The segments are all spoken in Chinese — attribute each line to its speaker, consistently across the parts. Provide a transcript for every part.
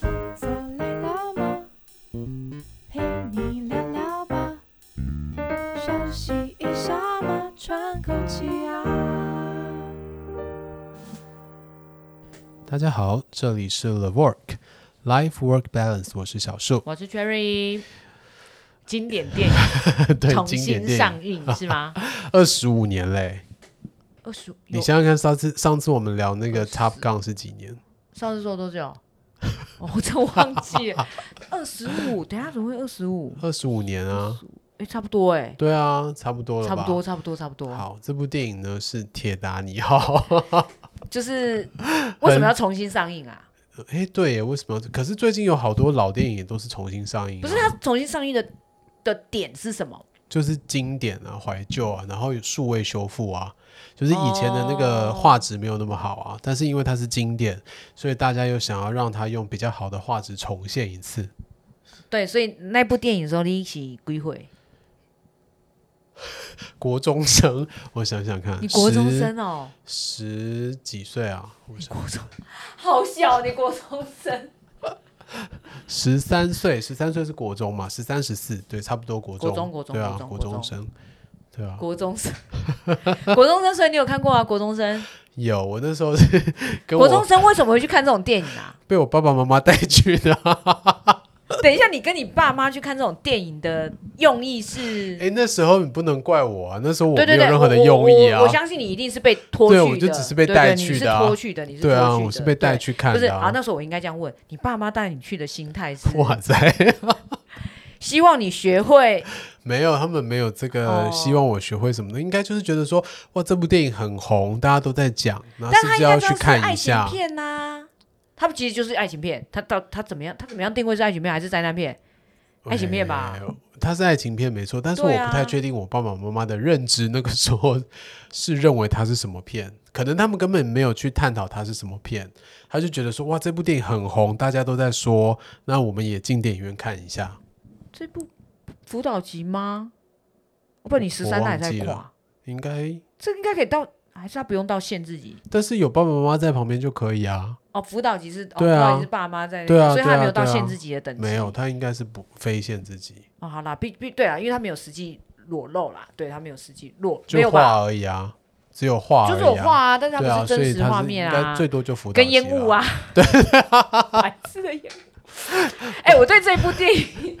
Speaker 1: 坐累了吗？陪你聊聊吧，休息一下嘛，喘口气啊。
Speaker 2: 大家好，这里是 The Work Life Work Balance，我是小树。
Speaker 3: 我是 Cherry。经典电影
Speaker 2: 对，
Speaker 3: 哦重
Speaker 2: 经典
Speaker 3: 新
Speaker 2: 电
Speaker 3: 上
Speaker 2: 影
Speaker 3: 映是吗？
Speaker 2: 二十五年嘞，
Speaker 3: 二十五，
Speaker 2: 你
Speaker 3: 有
Speaker 2: 想想看，上次上次我们聊那个 Top Gun 是几年？
Speaker 3: 上次说多久？ 哦我真忘记 了，二十五。等一下怎么会二十五？
Speaker 2: 二十五年啊，
Speaker 3: 哎，差不多哎，
Speaker 2: 对啊，差不多了
Speaker 3: 差
Speaker 2: 吧？
Speaker 3: 不多，。差不多，差不多。
Speaker 2: 好，这部电影呢是《铁达尼号》
Speaker 3: 就是为什么要重新上映啊？
Speaker 2: 诶，对耶，为什么？可是最近有好多老电影也都是重新上映、啊，
Speaker 3: 不是它重新上映的的点是什么？
Speaker 2: 就是经典啊、怀旧啊，然后有数位修复啊，就是以前的那
Speaker 3: 哦
Speaker 2: 个画质没有那么好啊，但是因为它是经典，所以大家又想要让它用比较好的画质重现一次。
Speaker 3: 对，所以那部电影的时候你一起归回，
Speaker 2: 国中生， 我想想看，
Speaker 3: 你国中
Speaker 2: 十
Speaker 3: 生哦，
Speaker 2: 十几岁啊，我想
Speaker 3: 好小，你国中生，
Speaker 2: 十三岁，十三岁是国中嘛，十三十四，对，差不多国中，
Speaker 3: 国中国中
Speaker 2: 对啊
Speaker 3: 国，中
Speaker 2: 国
Speaker 3: 国
Speaker 2: 中
Speaker 3: 中
Speaker 2: 生，对啊，
Speaker 3: 国中生， 国中生，所以你有看过啊？国中生，
Speaker 2: 有我那时候是 跟
Speaker 3: 国中
Speaker 2: 我
Speaker 3: 生为什么会去看这种电影啊？
Speaker 2: 被我爸爸妈妈带去的、啊，
Speaker 3: 等一下，你跟你爸妈去看这种电影的用意是？
Speaker 2: 哎，那时候你不能怪我啊，那时候我
Speaker 3: 嗯对
Speaker 2: 没
Speaker 3: 对
Speaker 2: 有
Speaker 3: 对，
Speaker 2: 任何的
Speaker 3: 我
Speaker 2: 用意
Speaker 3: 我我
Speaker 2: 啊
Speaker 3: 我，相信你一定是被拖
Speaker 2: 对
Speaker 3: 去的，
Speaker 2: 我就只是被带去的啊
Speaker 3: 对对你是拖去的，你是
Speaker 2: 对啊，
Speaker 3: 拖去的
Speaker 2: 我是被带。去
Speaker 3: 对
Speaker 2: 看
Speaker 3: 不是
Speaker 2: 的、
Speaker 3: 啊，那时候我应该这样问你：爸妈带你去的心态是
Speaker 2: 哇塞，
Speaker 3: 希望你学会
Speaker 2: 没有，他们没有这个
Speaker 3: 哦
Speaker 2: 希望我学会什么的，应该就是觉得说，哇，这部电影很红，大家都在讲，那啊
Speaker 3: 但
Speaker 2: 是不
Speaker 3: 他
Speaker 2: 是
Speaker 3: 应该
Speaker 2: 要
Speaker 3: 知
Speaker 2: 去
Speaker 3: 道是
Speaker 2: 看
Speaker 3: 爱
Speaker 2: 一
Speaker 3: 情
Speaker 2: 下？
Speaker 3: 片呐、他们其实就是爱情片。他到他怎么样？他怎么样定位是爱情片还是灾难片？爱情片吧
Speaker 2: 哎它是爱情片没错，但是我
Speaker 3: 对啊
Speaker 2: 不太确定我爸爸妈妈的认知那个时候 是认为它是什么片，可能他们根本没有去探讨它是什么片，他就觉得说哇这部电影很红，大家都在说，那我们也进电影院看一下。
Speaker 3: 这部辅导集吗？哦不，你十
Speaker 2: 我
Speaker 3: 三代
Speaker 2: 忘
Speaker 3: 才
Speaker 2: 记
Speaker 3: 垮
Speaker 2: 了，应该，
Speaker 3: 这应该可以到，还是他不用到限制级？
Speaker 2: 但是有爸爸妈妈在旁边就可以啊，
Speaker 3: 哦，辅导级是，哦、
Speaker 2: 对啊
Speaker 3: 辅导级是爸妈在那个，
Speaker 2: 对啊
Speaker 3: 所以他
Speaker 2: 对啊
Speaker 3: 没有到
Speaker 2: 对啊
Speaker 3: 限制级的等级。
Speaker 2: 没有，他应该是不非限自己，
Speaker 3: 哦，好啦，必必对啊，因为他没有实际裸露啦，对他没有实际裸，没
Speaker 2: 就
Speaker 3: 有吧？
Speaker 2: 画而已啊，只有画而已、啊，
Speaker 3: 就是有画啊，但是他
Speaker 2: 对
Speaker 3: 不
Speaker 2: 啊，
Speaker 3: 是
Speaker 2: 所以
Speaker 3: 真实
Speaker 2: 他
Speaker 3: 画
Speaker 2: 是
Speaker 3: 面
Speaker 2: 应
Speaker 3: 啊
Speaker 2: 该，最多就辅导
Speaker 3: 跟烟
Speaker 2: 级
Speaker 3: 雾
Speaker 2: 啦
Speaker 3: 啊，对，白痴的烟雾。哎、我对这部电影，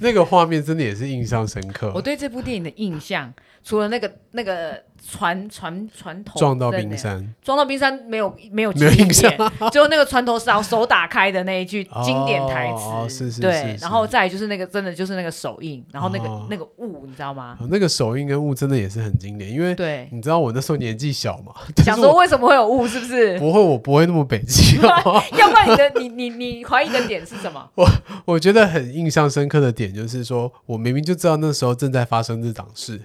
Speaker 2: 那个画面真的也是印象深刻。
Speaker 3: 我对这部电影的印象，除了那个那个传传传统
Speaker 2: 撞到
Speaker 3: 在
Speaker 2: 冰
Speaker 3: 那，
Speaker 2: 山，
Speaker 3: 撞到冰山没有没有
Speaker 2: 没有
Speaker 3: 记忆
Speaker 2: 印象
Speaker 3: 点只有那个船头勺手打开的那一句
Speaker 2: 哦
Speaker 3: 经典台词，
Speaker 2: 哦是是
Speaker 3: 对
Speaker 2: 是，是
Speaker 3: 然后再来就是那个真的就是那个手印，然后那个、
Speaker 2: 哦
Speaker 3: 那个雾，你知道 吗？
Speaker 2: 哦那个手印跟雾真的也是很经典，因为
Speaker 3: 对，
Speaker 2: 你知道我那时候年纪小嘛，
Speaker 3: 想
Speaker 2: 就是
Speaker 3: 说
Speaker 2: 我
Speaker 3: 为什么会有雾，是不是？
Speaker 2: 不会，我不会那么北哦京、
Speaker 3: 要不然你的你你你怀疑的点是什么？
Speaker 2: 我觉得很印象深刻的点就是说，我明明就知道那时候正在发生这档事，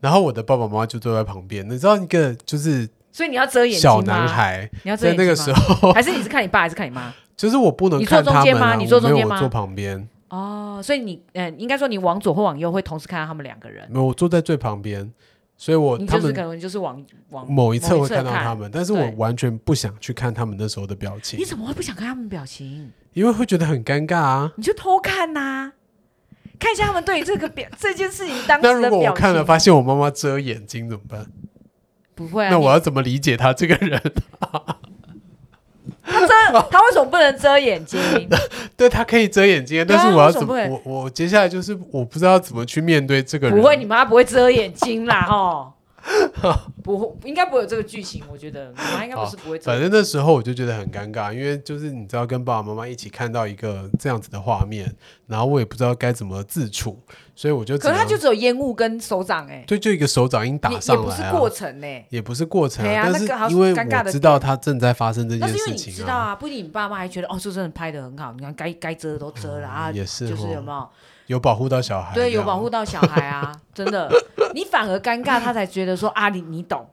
Speaker 2: 然后我的爸爸妈妈就坐在旁边，你知道一个就是
Speaker 3: 所以你要遮眼睛吗
Speaker 2: 小男，孩
Speaker 3: 你要遮
Speaker 2: 在
Speaker 3: 眼睛
Speaker 2: 那
Speaker 3: 吗
Speaker 2: 个时候，
Speaker 3: 还是你是看你爸还是看你妈？
Speaker 2: 就是我不能
Speaker 3: 你坐
Speaker 2: 看
Speaker 3: 中
Speaker 2: 他们
Speaker 3: 间吗
Speaker 2: 啊，
Speaker 3: 你
Speaker 2: 我
Speaker 3: 坐
Speaker 2: 没
Speaker 3: 中
Speaker 2: 有
Speaker 3: 间
Speaker 2: 我
Speaker 3: 吗
Speaker 2: 坐旁边，
Speaker 3: 哦，所以你嗯，应该说你往左或往右会同时看到他们两个人，
Speaker 2: 没有我坐在最旁边，所以我
Speaker 3: 你
Speaker 2: 他
Speaker 3: 就是
Speaker 2: 们
Speaker 3: 可能就是往往
Speaker 2: 某一侧
Speaker 3: 某
Speaker 2: 会
Speaker 3: 一侧
Speaker 2: 看到
Speaker 3: 看
Speaker 2: 他们，但是我
Speaker 3: 对
Speaker 2: 完全不想去看他们那时候的表情
Speaker 3: 你，怎么会不想看他们表情？
Speaker 2: 因为会觉得很尴尬啊。
Speaker 3: 你就偷看呐、看一下他们对于这个表这件事情当时
Speaker 2: 那如
Speaker 3: 的表情。
Speaker 2: 果我看了发现我妈妈遮眼睛怎么办？
Speaker 3: 不会啊，
Speaker 2: 那我
Speaker 3: 你
Speaker 2: 要怎么理解她这个人？
Speaker 3: 他遮他为什么不能遮眼睛？
Speaker 2: 对她可以遮眼睛，
Speaker 3: 对
Speaker 2: 但
Speaker 3: 啊
Speaker 2: 是我要
Speaker 3: 为什
Speaker 2: 怎
Speaker 3: 么
Speaker 2: 么？
Speaker 3: 不
Speaker 2: 我我接下来就是我不知道怎么去面对这个人。啊
Speaker 3: 不会，你妈不会遮眼睛啦， 吼。不会，应该不会有这个剧情，我觉得你妈应该不是不会遮
Speaker 2: 反正那时候我就觉得很尴尬，因为就是你知道跟爸爸妈妈一起看到一个这样子的画面，然后我也不知道该怎么自处，所以我就只
Speaker 3: 可是他
Speaker 2: 能
Speaker 3: 就只有烟雾跟手掌哎、
Speaker 2: 对就一个手掌印
Speaker 3: 也
Speaker 2: 打
Speaker 3: 也
Speaker 2: 上
Speaker 3: 不是
Speaker 2: 来、啊，
Speaker 3: 过程哎、
Speaker 2: 也不是过程、
Speaker 3: 对啊
Speaker 2: 但
Speaker 3: 那个好
Speaker 2: 是
Speaker 3: 像
Speaker 2: 因为
Speaker 3: 尴尬
Speaker 2: 我
Speaker 3: 的
Speaker 2: 知道它正在发生这
Speaker 3: 那
Speaker 2: 件
Speaker 3: 是因为
Speaker 2: 事
Speaker 3: 你
Speaker 2: 情
Speaker 3: 知道啊，不一定你爸妈还觉得哦，这真的拍的很好，你看该该遮的都遮了啊，
Speaker 2: 也是
Speaker 3: 就是
Speaker 2: 哦
Speaker 3: 有没有？
Speaker 2: 有保护到小孩，
Speaker 3: 对，有保护。到小孩 啊，真的，你反而尴尬，他才觉得说啊，你你懂，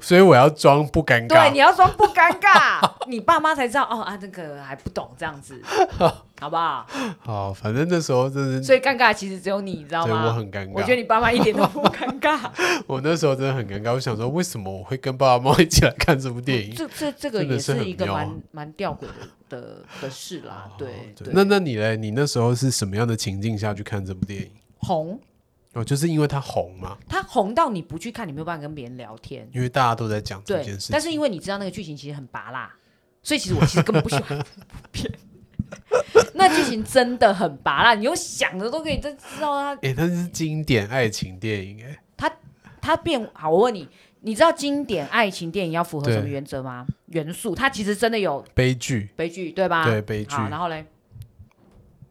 Speaker 2: 所以我要装不尴
Speaker 3: 对，你
Speaker 2: 尬。
Speaker 3: 要装不尴尬， 你爸妈才知道哦啊，那个还不懂这样子，好不好？
Speaker 2: 好，反正那时候真是
Speaker 3: 所以尴尬其实只有你，你知道
Speaker 2: 对
Speaker 3: 吗？
Speaker 2: 我很尴尬
Speaker 3: 我觉得你爸妈一点都不尴 尬。
Speaker 2: 我那时候真的很尴尬，我想说为什么我会跟爸爸妈妈一起来看这部电 影？
Speaker 3: 这这这个
Speaker 2: 真的
Speaker 3: 也
Speaker 2: 是很
Speaker 3: 一个
Speaker 2: 妙啊哦
Speaker 3: 蛮蛮吊诡的的的事啦，对
Speaker 2: 对那
Speaker 3: 对
Speaker 2: 那你嘞？你那时候是什么样的情境下去看这部电影？
Speaker 3: 红，
Speaker 2: 哦，就是因为它红嘛，
Speaker 3: 他红到你不去看，你没有办法跟别人聊天。
Speaker 2: 因为大家都在讲这
Speaker 3: 对
Speaker 2: 件，事
Speaker 3: 但
Speaker 2: 情。
Speaker 3: 是因为你知道那个剧情其实很拔辣，所以其实我其实根本不喜欢 这部片。那剧情真的很拔辣，你用想的都可以都知道它
Speaker 2: 哎、它是经典爱情电影、哎，
Speaker 3: 它变好。我问你，你知道经典爱情电影要符合什么
Speaker 2: 对
Speaker 3: 原则吗？元素，它其实真的有
Speaker 2: 悲剧，
Speaker 3: 悲剧，对吧？
Speaker 2: 对悲剧
Speaker 3: 啊好，然后嘞，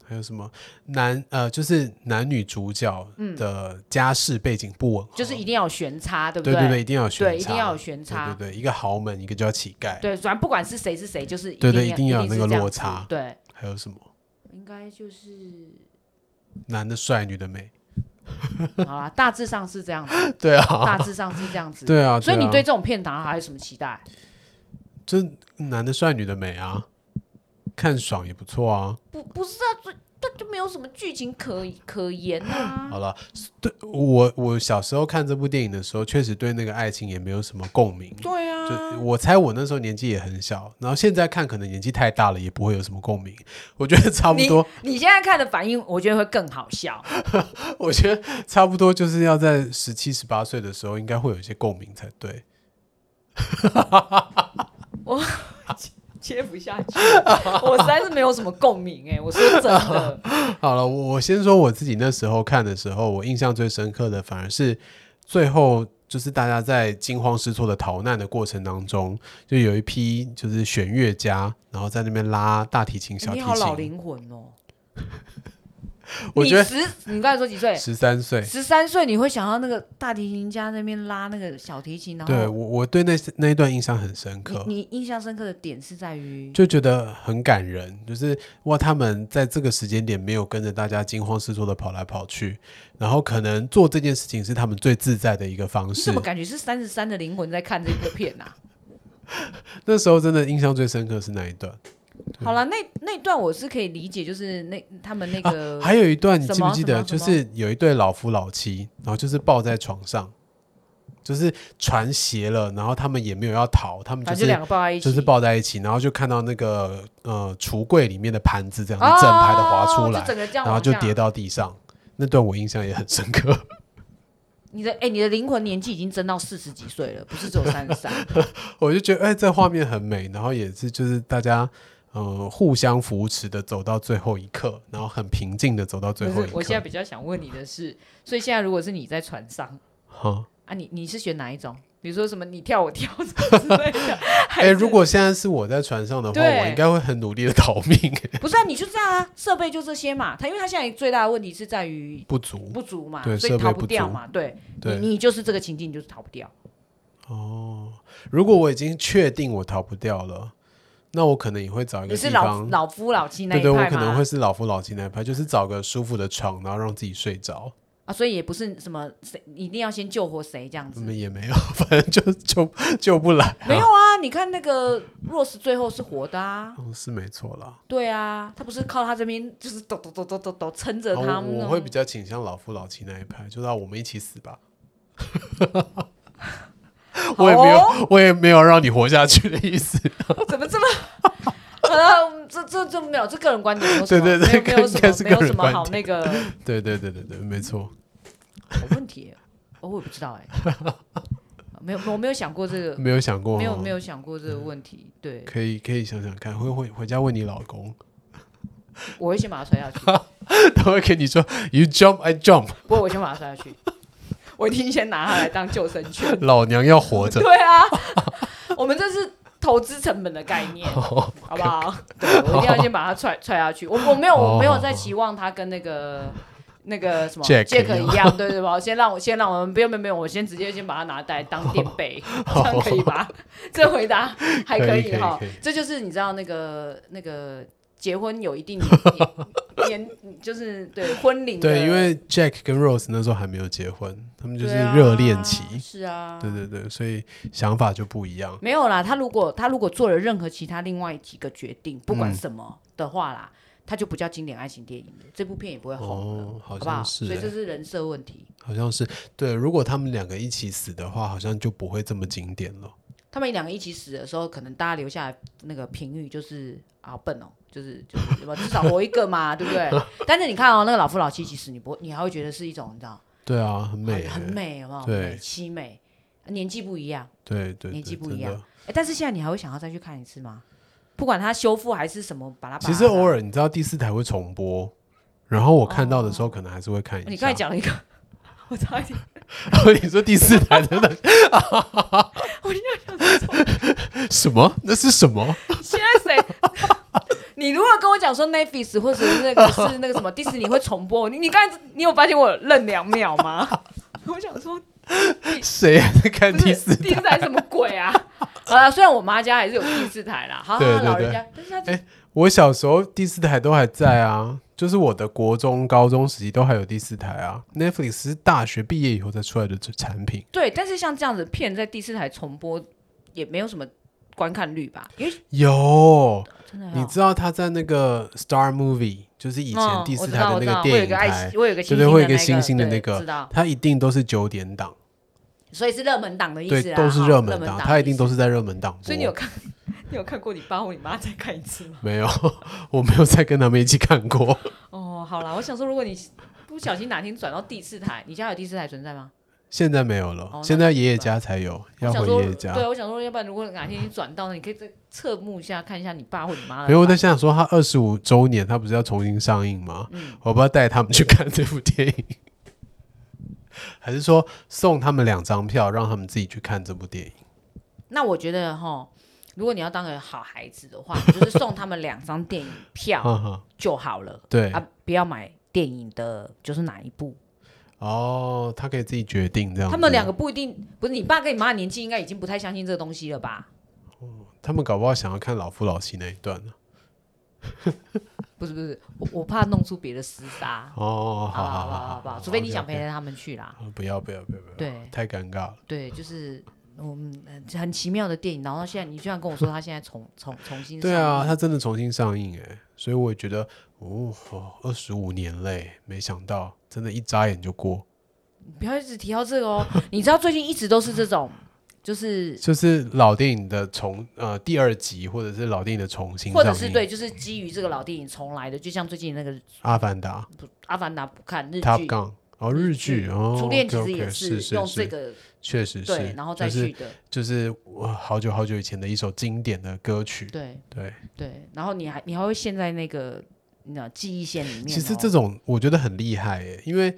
Speaker 2: 还有什么男呃，就是男女主角的家世背景不吻合，
Speaker 3: 嗯就是一定要有悬差，对不
Speaker 2: 对
Speaker 3: 对
Speaker 2: 对，一定要有选
Speaker 3: 对一定要有悬差
Speaker 2: 对对对，一个豪门，一个叫乞丐，
Speaker 3: 对，反正不管是谁是谁，就是
Speaker 2: 对
Speaker 3: 定
Speaker 2: 对一定
Speaker 3: 要
Speaker 2: 要有那个
Speaker 3: 是这样
Speaker 2: 落
Speaker 3: 子
Speaker 2: 差
Speaker 3: 对，
Speaker 2: 还有什么
Speaker 3: 应该就是
Speaker 2: 男的帅，女的美，
Speaker 3: 好啦， 大致上是这样子，
Speaker 2: 对
Speaker 3: 大
Speaker 2: 啊，
Speaker 3: 致上是这样子。
Speaker 2: 对啊，
Speaker 3: 所以你对
Speaker 2: 啊
Speaker 3: 这种片档还有什么期待？
Speaker 2: 就男的帅，女的美啊，看爽也不错啊。
Speaker 3: 不，不是啊，这这就没有什么剧情可可言 啊。
Speaker 2: 好了，对我我小时候看这部电影的时候，确实对那个爱情也没有什么共鸣。
Speaker 3: 对啊，
Speaker 2: 就我猜我那时候年纪也很小，然后现在看可能年纪太大了，也不会有什么共鸣。我觉得差不
Speaker 3: 你
Speaker 2: 多，
Speaker 3: 你现在看的反应，我觉得会更好笑。
Speaker 2: 我觉得差不多就是要在十七、十八岁的时候，应该会有一些共鸣才对。
Speaker 3: 接不下去， 我实在是没有什么共鸣哎、我说真的，
Speaker 2: 好了，我我先说我自己那时候看的时候，我印象最深刻的反而是最后。就是大家在惊慌失措的逃难的过程当中，就有一批就是弦乐家，然后在那边拉大提 琴、小提
Speaker 3: 你
Speaker 2: 琴。
Speaker 3: 好老灵魂哦。
Speaker 2: 我
Speaker 3: 你
Speaker 2: 觉得
Speaker 3: 十，你刚才说几岁？
Speaker 2: 十三岁，
Speaker 3: 十三岁你会想到那个大提琴家那边拉那个小提琴，然
Speaker 2: 对
Speaker 3: 后
Speaker 2: 我我对那那一段印象很深刻，
Speaker 3: 你你印象深刻的点是在于，
Speaker 2: 就觉得很感人，就是哇，他们在这个时间点没有跟着大家惊慌失措的跑来跑去，然后可能做这件事情是他们最自在的一个方
Speaker 3: 你
Speaker 2: 式
Speaker 3: 怎么。感觉是三十三的灵魂在看这部片 啊？
Speaker 2: 那时候真的印象最深刻是那一段，
Speaker 3: 好了，那那段我是可以理解，就是那他们那个、
Speaker 2: 还有一段你
Speaker 3: 呃什
Speaker 2: 记不
Speaker 3: 么
Speaker 2: 记
Speaker 3: 什
Speaker 2: 得，
Speaker 3: 么
Speaker 2: 就
Speaker 3: 什么
Speaker 2: 是有一对老夫老妻，然后就是抱在床上，就是船斜了，然后他们也没有要逃，他们就
Speaker 3: 反正
Speaker 2: 是
Speaker 3: 就两个抱在一起，
Speaker 2: 就是抱在一起，然后就看到那个呃橱柜里面的盘子这样子整排的滑出来
Speaker 3: 啊哦、就，整个这样，
Speaker 2: 然后就跌。到地上。那段我印象也很深刻。
Speaker 3: 你的哎、你的灵魂年纪已经增到四十几岁了，不是只有三十三。
Speaker 2: 我就觉得，哎、这画面很美，然后也是就是大家呃互相扶持的走到最后一刻，然后很平静的走到最
Speaker 3: 可
Speaker 2: 后一
Speaker 3: 是
Speaker 2: 刻。
Speaker 3: 我现在比较想问你的是，所以现在如果是你在船上
Speaker 2: 哈，
Speaker 3: 啊，你你是选哪一种？比如说什么你跳我跳之类 的？
Speaker 2: 哎、
Speaker 3: 还是
Speaker 2: 如果现在是我在船上的话，
Speaker 3: 对
Speaker 2: 我应该会很努力的逃命，
Speaker 3: 不是啊，你就这样啊，设备就这些嘛。他因为他现在最大的问题是在于
Speaker 2: 不足
Speaker 3: 不足嘛，
Speaker 2: 对
Speaker 3: 所
Speaker 2: 设
Speaker 3: 以
Speaker 2: 备
Speaker 3: 逃
Speaker 2: 不
Speaker 3: 不掉
Speaker 2: 足
Speaker 3: 嘛。对，
Speaker 2: 对
Speaker 3: 你你就是这个情境，你就是逃不掉。
Speaker 2: 哦。如果我已经确定我逃不掉了，那我可能也会找一
Speaker 3: 你
Speaker 2: 个地
Speaker 3: 是老
Speaker 2: 方。
Speaker 3: 老夫老妻那一
Speaker 2: 对
Speaker 3: 派
Speaker 2: 对，
Speaker 3: 吗？
Speaker 2: 我可能会是老夫老妻那一派，就是找个舒服的床，然后让自己睡着。
Speaker 3: 啊，所以也不是什么谁一定要先救活谁这样子
Speaker 2: 我。嗯们也没有， 反正就救救不来、啊。
Speaker 3: 没有啊，你看那个 Rose 最后是活的啊，
Speaker 2: 嗯，是没错啦。
Speaker 3: 对啊，他不是靠他这边就是抖抖抖抖抖抖撑着
Speaker 2: 然后
Speaker 3: 他们
Speaker 2: 啊我
Speaker 3: 哦。
Speaker 2: 我会比较倾向老夫老妻那一派，就让我们一起死 吧。我也没有，
Speaker 3: 哦
Speaker 2: 我也没有让你活下去的意思。
Speaker 3: 怎么这么？呃，这这这没有，这个人观点没有什么，
Speaker 2: 对对对
Speaker 3: 没有没有什
Speaker 2: 应该
Speaker 3: 么
Speaker 2: 是
Speaker 3: 没
Speaker 2: 个
Speaker 3: 有
Speaker 2: 人
Speaker 3: 什么好
Speaker 2: 观
Speaker 3: 那个
Speaker 2: 对对对对对，没错。
Speaker 3: 有问题耶，哦，我也不知道哎，没有我没有想过这个，
Speaker 2: 没有想过，哦
Speaker 3: 没有没
Speaker 2: 有，
Speaker 3: 有想过这个问题，对，
Speaker 2: 可以可以想想看，会会回家问你老公，
Speaker 3: 我会先把他摔下去，
Speaker 2: 他会跟你说 “You jump, I jump”，
Speaker 3: 不过我先把他摔下去，我一定先拿他来当救生圈。
Speaker 2: 老娘要活着。
Speaker 3: 对啊， 我们这是投资成本的概念，好不好？ 对，我一定要先把它踹踹下去。我我没有
Speaker 2: 哦
Speaker 3: 我没有在期望他跟那个。那个什么
Speaker 2: Jack 一
Speaker 3: 一样，对对吧？先让我先让我们不用不用不用，我先直接先把它拿来当
Speaker 2: 哦
Speaker 3: 垫 背，这样可以吧？这回答还
Speaker 2: 可以
Speaker 3: 以
Speaker 2: 可以
Speaker 3: 哈
Speaker 2: 可以，
Speaker 3: 这就是你知道那个那个结婚有一定年年年就是对婚龄的，
Speaker 2: 对，因为 Jack 跟 Rose 那时候还没有结婚，他们就是
Speaker 3: 对啊
Speaker 2: 热恋期。
Speaker 3: 是啊，
Speaker 2: 对对对，所以想法就不一样。
Speaker 3: 没有啦，他如果他如果做了任何其他另外几个决定，不
Speaker 2: 嗯
Speaker 3: 管什么的话啦，他就不叫经典爱情电影了，这部片也不会红了，
Speaker 2: 哦好像
Speaker 3: 嗯好不好？
Speaker 2: 是
Speaker 3: 所以
Speaker 2: 欸
Speaker 3: 这是人设问题。
Speaker 2: 好像是对，如果他们两个一起死的话，好像就不会这么经典了。
Speaker 3: 他们两个一起死的时候，可能大家留下来那个评语就是啊好笨哦，就是就是什么至少活一 个嘛，对不对？但是你看哦，那个老夫老妻其实你不你还会觉得是一种你知道
Speaker 2: 对啊，很美
Speaker 3: 很
Speaker 2: 耶，
Speaker 3: 很美，有没有？
Speaker 2: 对
Speaker 3: 美凄美，啊年纪不一样。
Speaker 2: 对对，
Speaker 3: 年纪
Speaker 2: 对
Speaker 3: 不
Speaker 2: 真
Speaker 3: 一样
Speaker 2: 的
Speaker 3: 哎，但是现在你还会想要再去看一次吗？不管它修复还是什么，把它把它
Speaker 2: 其实偶尔你知道第四台会重播，然后我看到的时候可能还是会看一下。
Speaker 3: 哦你刚才讲了一个，我差一点，
Speaker 2: 你说第四台真的， 什么？那是什么？
Speaker 3: 现在谁？欸 你如果跟我讲说 Netflix 或者是那个是那个什么迪士尼会重播， 你你刚才你有发现我愣两 秒吗？我想说，
Speaker 2: 谁还在看
Speaker 3: 不
Speaker 2: 第
Speaker 3: 是
Speaker 2: 四？
Speaker 3: 第四台什么鬼啊？ 好了，虽然我妈家还是有第四台啦，好好
Speaker 2: 对对对
Speaker 3: 老人家，但是她
Speaker 2: 哎我小时候第四台都还在啊，就是我的国中、高中时期都还有第四台啊。Netflix 是大学毕业以后才出来的产品，
Speaker 3: 对，但是像这样子片在第四台重播也没有什么观看率吧？因为
Speaker 2: 有。
Speaker 3: 真的
Speaker 2: 你
Speaker 3: 哦
Speaker 2: 知道他在那个 Star Movie，就是以前
Speaker 3: 嗯
Speaker 2: 第
Speaker 3: 我
Speaker 2: 四
Speaker 3: 知
Speaker 2: 台
Speaker 3: 道
Speaker 2: 的
Speaker 3: 我
Speaker 2: 那
Speaker 3: 知
Speaker 2: 个
Speaker 3: 道
Speaker 2: 电
Speaker 3: 我有一
Speaker 2: 影
Speaker 3: 个爱
Speaker 2: 台
Speaker 3: 心，，我有一个
Speaker 2: 对
Speaker 3: 星
Speaker 2: 对，
Speaker 3: 星
Speaker 2: 会有一
Speaker 3: 的
Speaker 2: 个
Speaker 3: 那
Speaker 2: 星星的
Speaker 3: 对
Speaker 2: 那个
Speaker 3: 知道，
Speaker 2: 它一定都是九点档，
Speaker 3: 所以是热门档的意
Speaker 2: 对
Speaker 3: 思，啦，
Speaker 2: 都是
Speaker 3: 哈
Speaker 2: 热
Speaker 3: 啊门
Speaker 2: 门档，
Speaker 3: 的
Speaker 2: 它一
Speaker 3: 意
Speaker 2: 定
Speaker 3: 思
Speaker 2: 都是在热门档播。
Speaker 3: 所以你有看， 你有看过你爸或你妈再看一次吗？
Speaker 2: 没有？ 我没有再跟他们一起看过。
Speaker 3: 哦，好啦，我想说，如果你 不小心哪天转到第四台，你家有第四台存在吗？
Speaker 2: 现在没有了，
Speaker 3: 哦那
Speaker 2: 现在爷爷家才有，
Speaker 3: 我
Speaker 2: 要
Speaker 3: 想
Speaker 2: 回
Speaker 3: 说
Speaker 2: 爷爷，家。
Speaker 3: 对，啊我想说，要不然如果哪天你转到，你可以再侧目一下，看一下你爸或你妈。
Speaker 2: 没有，我在想说，他二十五周年，他不是要重新上映吗？
Speaker 3: 嗯
Speaker 2: 我不要带他们去看这部电影， 还是说送他们两张票，让他们自己去看这部电影？
Speaker 3: 那我觉得哈，如果你要当个好孩子的话，你就是送他们两张电影票
Speaker 2: 哈哈，
Speaker 3: 就好了。
Speaker 2: 啊对，
Speaker 3: 啊，不要买电影的，就是哪一部。
Speaker 2: 哦，他可以自己决定这样子。
Speaker 3: 他们两个不一定，不是你爸跟你妈的年纪应该已经不太相信这个东西了吧？
Speaker 2: 他们搞不好想要看老夫老妻那一段啊呢。
Speaker 3: 不是不是，我我怕弄出别的厮杀。
Speaker 2: 哦，好
Speaker 3: 好不好
Speaker 2: 好
Speaker 3: 好
Speaker 2: 好
Speaker 3: 好好，除非你想陪
Speaker 2: ，OK，OK
Speaker 3: 着他们去啦。
Speaker 2: 啊不要不要不要不要，
Speaker 3: 对
Speaker 2: 太尴尬了。
Speaker 3: 对，就是我们呃很奇妙的电影，然后现在你居然跟我说他现在重重重新
Speaker 2: 对
Speaker 3: 上
Speaker 2: 啊，
Speaker 3: 映，
Speaker 2: 他真的重新上映哎，所以我也觉得，哦，二十五年嘞，没想到真的，一眨眼就过，
Speaker 3: 你不要一直提到这个哦。你知道最近一直都是这种，就是
Speaker 2: 就是老电影的重呃第二集，或者是老电影的重新
Speaker 3: 或者
Speaker 2: 上
Speaker 3: 是
Speaker 2: 映，
Speaker 3: 对，就是基于这个老电影重来的，就像最近那个《
Speaker 2: 阿凡达
Speaker 3: 阿凡达》不看日》
Speaker 2: Top
Speaker 3: 剧。
Speaker 2: Gun，哦，日剧哦，
Speaker 3: 初恋其实也
Speaker 2: OK，OK，是是
Speaker 3: 用
Speaker 2: 是
Speaker 3: 这个
Speaker 2: 确实是
Speaker 3: 对，，然后再
Speaker 2: 就是
Speaker 3: 去的，
Speaker 2: 就是我好久好久以前的一首经典的歌曲，
Speaker 3: 对
Speaker 2: 对。
Speaker 3: 对，然后你还你还会陷在那个你知道记忆线里面哦。
Speaker 2: 其实这种我觉得很厉害耶，因为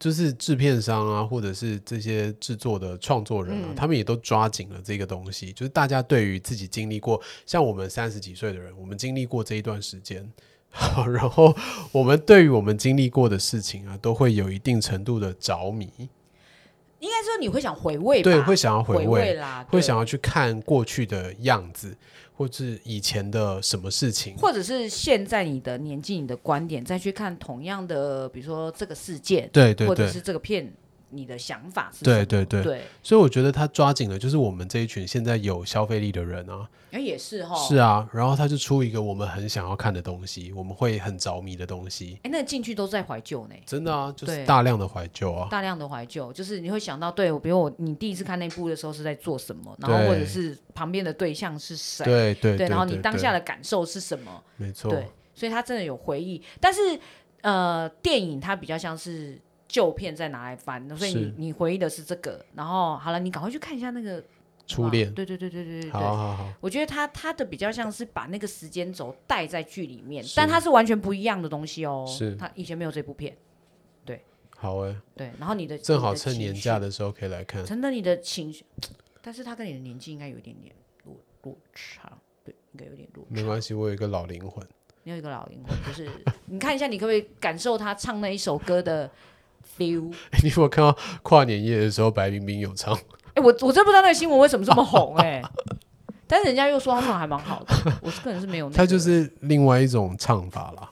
Speaker 2: 就是制片商啊，或者是这些制作的创作人啊，
Speaker 3: 嗯
Speaker 2: 他们也都抓紧了这个东西，就是大家对于自己经历过，像我们三十几岁的人，我们经历过这一段时间。 好，然后我们对于我们经历过的事情啊，都会有一定程度的着迷，
Speaker 3: 应该说你会想回味吧，
Speaker 2: 对，会想要
Speaker 3: 回
Speaker 2: 回味，
Speaker 3: 啦，
Speaker 2: 会
Speaker 3: 对
Speaker 2: 想要去看过去的样子，或是以前的什么事情，
Speaker 3: 或者是现在你的年纪、你的观点再去看同样的，比如说这个事件，
Speaker 2: 对对
Speaker 3: 或者
Speaker 2: 对
Speaker 3: 是这个片，你的想法是什
Speaker 2: 对
Speaker 3: 么？
Speaker 2: 对对，
Speaker 3: 对，
Speaker 2: 所以我觉得他抓紧了，就是我们这一群现在有消费力的人啊，
Speaker 3: 哎也是哈，
Speaker 2: 是啊，然后他就出一个我们很想要看的东西，我们会很着迷的东西，
Speaker 3: 哎，那进去都在怀旧呢。
Speaker 2: 真的啊，就是
Speaker 3: 嗯对
Speaker 2: 大量的怀旧啊，
Speaker 3: 大量的怀旧，就是你会想到，对，比如我你第一次看那部的时候是在做什么，然后
Speaker 2: 对
Speaker 3: 或者是旁边的对象是谁，
Speaker 2: 对对
Speaker 3: 对，然后你当下
Speaker 2: 对
Speaker 3: 的感受是什么，
Speaker 2: 没错，
Speaker 3: 对，所以他真的有回忆。但是呃，电影它比较像是旧片再拿来翻，所以
Speaker 2: 是
Speaker 3: 你你回忆的是这个，然后好了，你赶快去看一下那个
Speaker 2: 初
Speaker 3: 哇
Speaker 2: 恋，
Speaker 3: 对对对对啊对对
Speaker 2: 好
Speaker 3: 对。
Speaker 2: 好好，
Speaker 3: 我觉得他他的比较像是把那个时间轴带在剧里面，
Speaker 2: 是
Speaker 3: 但它是完全不一样的东西哦。
Speaker 2: 是
Speaker 3: 他以前没有这部片，
Speaker 2: 好哎，
Speaker 3: 对。然后你的
Speaker 2: 正好趁年假
Speaker 3: 的
Speaker 2: 的时候可以来看
Speaker 3: 情绪，，真的你的情绪，但是他跟你的年纪应该有一点点落落差，对，应该有点落差。
Speaker 2: 没关系，我有一个老灵魂，
Speaker 3: 你有一个老灵魂，就是 你看一下，你可不可以感受他唱那一首歌的 feel？
Speaker 2: 你有没有看到跨年夜的时候白冰冰有唱？
Speaker 3: 哎、我我真不知道那个新闻为什么这么红哎、 但是人家又说他唱得还蛮好的，我是个人是没有、那个。
Speaker 2: 他就是另外一种唱法啦，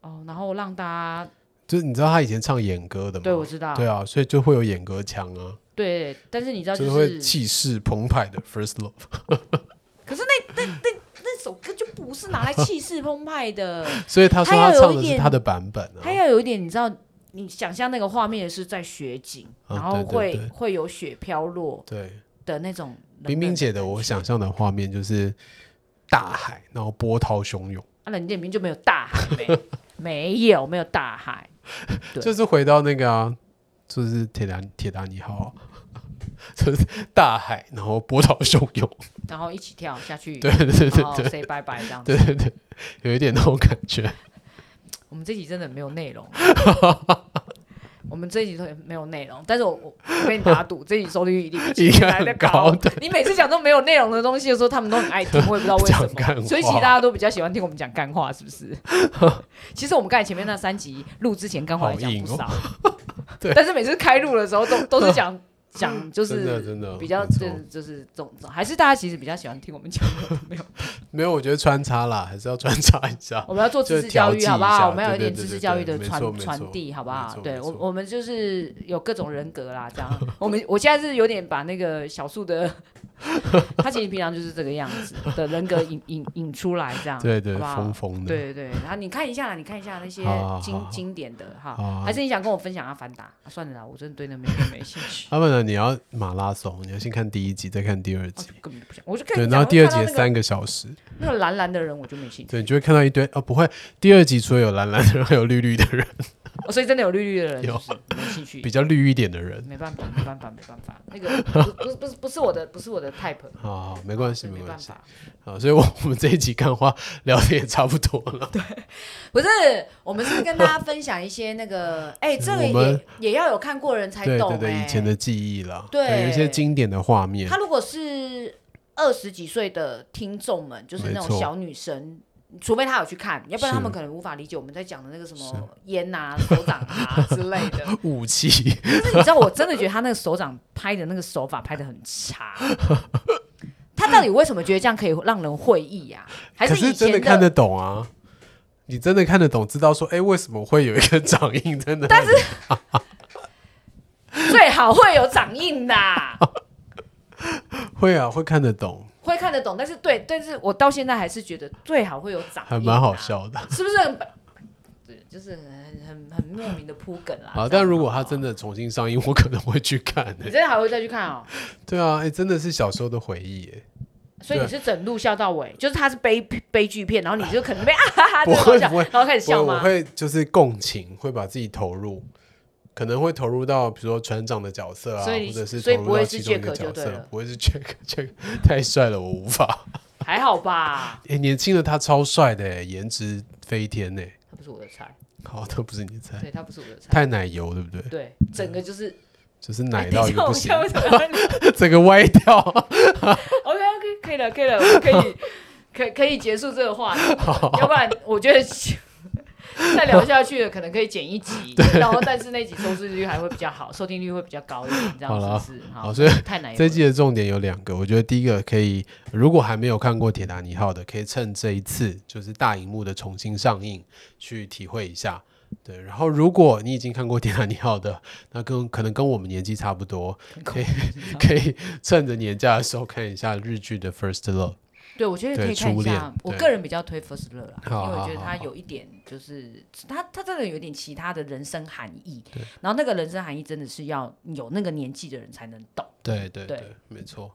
Speaker 3: 哦，然后让大家
Speaker 2: 就是你知道他以前唱演歌的吗？
Speaker 3: 对我知道，
Speaker 2: 对啊，所以就会有演歌腔啊，
Speaker 3: 对但是你知道
Speaker 2: 就是
Speaker 3: 是
Speaker 2: 会气势澎湃的 First Love。
Speaker 3: 可是那那那那首歌就不是拿来气势澎 湃的，
Speaker 2: 所以他说
Speaker 3: 他
Speaker 2: 他
Speaker 3: 要有
Speaker 2: 唱的
Speaker 3: 一
Speaker 2: 是
Speaker 3: 点
Speaker 2: 他的版本啊
Speaker 3: 它，要有一点你知道，你想象那个画面是在雪景，
Speaker 2: 啊
Speaker 3: 然后
Speaker 2: 对对
Speaker 3: 会
Speaker 2: 对
Speaker 3: 会有雪飘落
Speaker 2: 对。
Speaker 3: 的那种冷冷。
Speaker 2: 冰冰姐的我想象的画面就是大海，然后波涛汹涌，
Speaker 3: 啊，冷静明就没有大海呗，没 有没有大海，对
Speaker 2: 就是回到那个啊，就是铁达铁达尼号啊、 就是大海，然后波涛汹涌，
Speaker 3: 然后一起跳下去，
Speaker 2: 对对对
Speaker 3: 然后
Speaker 2: 对对
Speaker 3: say 拜拜这样子。
Speaker 2: 对对对，有一点那种感觉。
Speaker 3: 我们这集真的没有内容，我们这一集都没有内容，但是我我我跟你打赌，这一集收听率一定比
Speaker 2: 应
Speaker 3: 前
Speaker 2: 该
Speaker 3: 来的
Speaker 2: 很高
Speaker 3: 高
Speaker 2: 对。
Speaker 3: 你每次讲都没有内容的东西的时候，他们都很爱听，我也不知道为什
Speaker 2: 讲干
Speaker 3: 么。
Speaker 2: 话
Speaker 3: 所以其实大家都比较喜欢听我们讲干话，是 不是？其实我们刚才前面那三集录之前干话也讲不少，
Speaker 2: 哦 对
Speaker 3: 但是每次开录的时 候都都是讲讲就
Speaker 2: 真的
Speaker 3: 是。
Speaker 2: 真的
Speaker 3: 比较
Speaker 2: 没错
Speaker 3: 就是就是这种，还是大家其实比较喜欢听我们讲有的没有？
Speaker 2: 没有，我觉得穿插啦，还是要穿插一下。
Speaker 3: 我们要做知识教育，好不好？我们要有一点知识教育的传传递，好不好？对我，我们就是有各种人格啦，这 样。我们我现在是有点把那个小树的，他其实平常就是这个样子的人格引引引出来，这样。
Speaker 2: 对对，
Speaker 3: 好不好
Speaker 2: 疯？疯的，
Speaker 3: 对对对，然后你看一下啦，你看一下那些经经典的哈，还是你想跟我分享阿凡达？啊算了啦，我真的对那没没兴 趣，
Speaker 2: 阿曼啊达，你要马拉松，你要先看第一集，再看第二
Speaker 3: 我
Speaker 2: 集
Speaker 3: 就，根本不想。我就
Speaker 2: 对，
Speaker 3: 看
Speaker 2: 然后第二集也
Speaker 3: 那
Speaker 2: 三个小时，
Speaker 3: 那个蓝蓝的人，我就没兴趣。
Speaker 2: 对，你就会看到一堆哦，不会，第二集除了有蓝蓝的人，还有绿绿的人，
Speaker 3: 哦所以真的有绿绿的人，
Speaker 2: 有
Speaker 3: 没兴趣
Speaker 2: 比。较绿一点的人。
Speaker 3: 没办法，没办法，没办 法，那个不不是不是不是我的，不是我的 type，
Speaker 2: 好好，没关系，
Speaker 3: 所以
Speaker 2: 没
Speaker 3: 没办
Speaker 2: 关系。
Speaker 3: 法。
Speaker 2: 好，所以我我们这一集干话聊的也差不多了。
Speaker 3: 不是，我们是跟大家分享一些 那个，哎、这个
Speaker 2: 我们
Speaker 3: 也也要有看过的人才
Speaker 2: 对
Speaker 3: 懂、
Speaker 2: 对对，
Speaker 3: 哎
Speaker 2: 以前的记忆啦，
Speaker 3: 对
Speaker 2: 有一些经典的画面
Speaker 3: 他，如果是二十几岁的听众们，就是那
Speaker 2: 没
Speaker 3: 种
Speaker 2: 错
Speaker 3: 小女生。除非他有去看，要不然
Speaker 2: 是
Speaker 3: 他们可能无法理解我们在讲的那个什么烟啊、手掌啊之类的。
Speaker 2: 武器
Speaker 3: 但是你知道，我真的觉得他那个手掌拍的那个手法拍的很差。他到底为什么觉得这样可以让人会意啊？还
Speaker 2: 可
Speaker 3: 以
Speaker 2: 是真
Speaker 3: 前
Speaker 2: 的看得懂啊。你真的看得懂，知道说，哎、为什么会有一个 掌印在那里？但是
Speaker 3: 最好会有掌印的啊、
Speaker 2: 会啊，会看得懂，
Speaker 3: 会看得懂。但是对，但是我到现在还是觉得最好会有掌印、啊，
Speaker 2: 还蛮好，笑的。
Speaker 3: 是不是很？对，就是很很很莫名的铺梗啦。
Speaker 2: 好，
Speaker 3: 这样
Speaker 2: 但如果他真
Speaker 3: 的，
Speaker 2: 的重新上映，我可能会去看、
Speaker 3: 你
Speaker 2: 欸。
Speaker 3: 真的还会再去看哦。
Speaker 2: 对啊，哎、真的是小时候的回忆、欸，
Speaker 3: 所以你
Speaker 2: 对
Speaker 3: 是整路笑到尾，就是它是悲悲剧片，然后你就可能被啊哈哈，
Speaker 2: 不
Speaker 3: 真
Speaker 2: 会
Speaker 3: 的好笑
Speaker 2: 不会
Speaker 3: 然后开始
Speaker 2: 我
Speaker 3: 笑
Speaker 2: 我
Speaker 3: 吗？
Speaker 2: 会就是共情，会把自己投入，可能会投入到比如说船长的角色啊，
Speaker 3: 所以
Speaker 2: 或
Speaker 3: 你
Speaker 2: 者是
Speaker 3: 所以
Speaker 2: 投
Speaker 3: 不
Speaker 2: 入
Speaker 3: 会
Speaker 2: 到
Speaker 3: 是
Speaker 2: 其中一个
Speaker 3: Jack 就
Speaker 2: 角
Speaker 3: 对了
Speaker 2: 色，不会是 Jack Jack 太帅了，我无法。
Speaker 3: 还好吧，
Speaker 2: 哎、年轻的他超帅的、欸颜值飞天呢、
Speaker 3: 它不是我的菜，
Speaker 2: 好，这不是你猜，
Speaker 3: 对，它不是我的菜。
Speaker 2: 太奶油对不对？
Speaker 3: 对，整个就是
Speaker 2: 就是
Speaker 3: 哎
Speaker 2: 嗯奶
Speaker 3: 等
Speaker 2: 到一
Speaker 3: 一下，
Speaker 2: 个不
Speaker 3: 我现
Speaker 2: 行，
Speaker 3: 在为什么要聊
Speaker 2: 整个歪 掉。
Speaker 3: OK OK，可以了，可以了，我们可以可可以结束这个话题了，要不然我觉得再聊下去可能可以剪一 集，然后但是那集收视率还会比较好，收听率会比较高一点，这样
Speaker 2: 好了
Speaker 3: 子是不是
Speaker 2: 好，所以
Speaker 3: 太难。
Speaker 2: 这一季的重点有两个，我觉得第一个可以，如果还没有看过《铁达尼号》的，可以趁这一次就是大荧幕的重新上映去体会一下。对，然后如果你已经看过《铁达尼号》的，那跟可能跟我们年纪差不多，可以可以趁着年假的时候看一下日剧的《First Love
Speaker 3: 对，我觉得可
Speaker 2: 对
Speaker 3: 以看一
Speaker 2: 初
Speaker 3: 下
Speaker 2: 恋。
Speaker 3: 我
Speaker 2: 对
Speaker 3: 个人比较推 First Love 啦，因
Speaker 2: 好
Speaker 3: 为我
Speaker 2: 好
Speaker 3: 觉得
Speaker 2: 好
Speaker 3: 它
Speaker 2: 好
Speaker 3: 有一点就是它它真的有点其他的人生含义，然后那个人生含义真的是要有那个年纪的人才能懂，》。
Speaker 2: 对对
Speaker 3: 对
Speaker 2: 对，没错。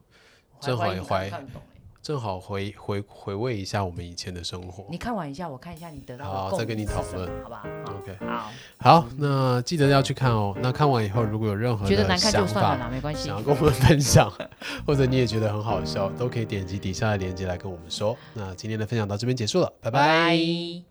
Speaker 3: 我还
Speaker 2: 正好
Speaker 3: 怀疑
Speaker 2: 也怀
Speaker 3: 你看不看得懂欸
Speaker 2: 正好回回回味一下我们以前的生活
Speaker 3: 你。看完一下，我看一下你得到的
Speaker 2: 好
Speaker 3: 共
Speaker 2: 再跟
Speaker 3: 鸣
Speaker 2: 你
Speaker 3: 是
Speaker 2: 讨
Speaker 3: 什么
Speaker 2: 论嗯
Speaker 3: 好不好？好
Speaker 2: OK
Speaker 3: 好，
Speaker 2: 好，那记得要去看哦。那看完以后，如果有任何
Speaker 3: 觉得
Speaker 2: 的
Speaker 3: 难看就
Speaker 2: 想
Speaker 3: 算了
Speaker 2: 法，
Speaker 3: 啦，没关系
Speaker 2: 想。要跟我们分 享，或者你也觉得很好笑，都可以点击底下的链接来跟我们说。那今天的分享到这边结束了，拜拜
Speaker 3: 拜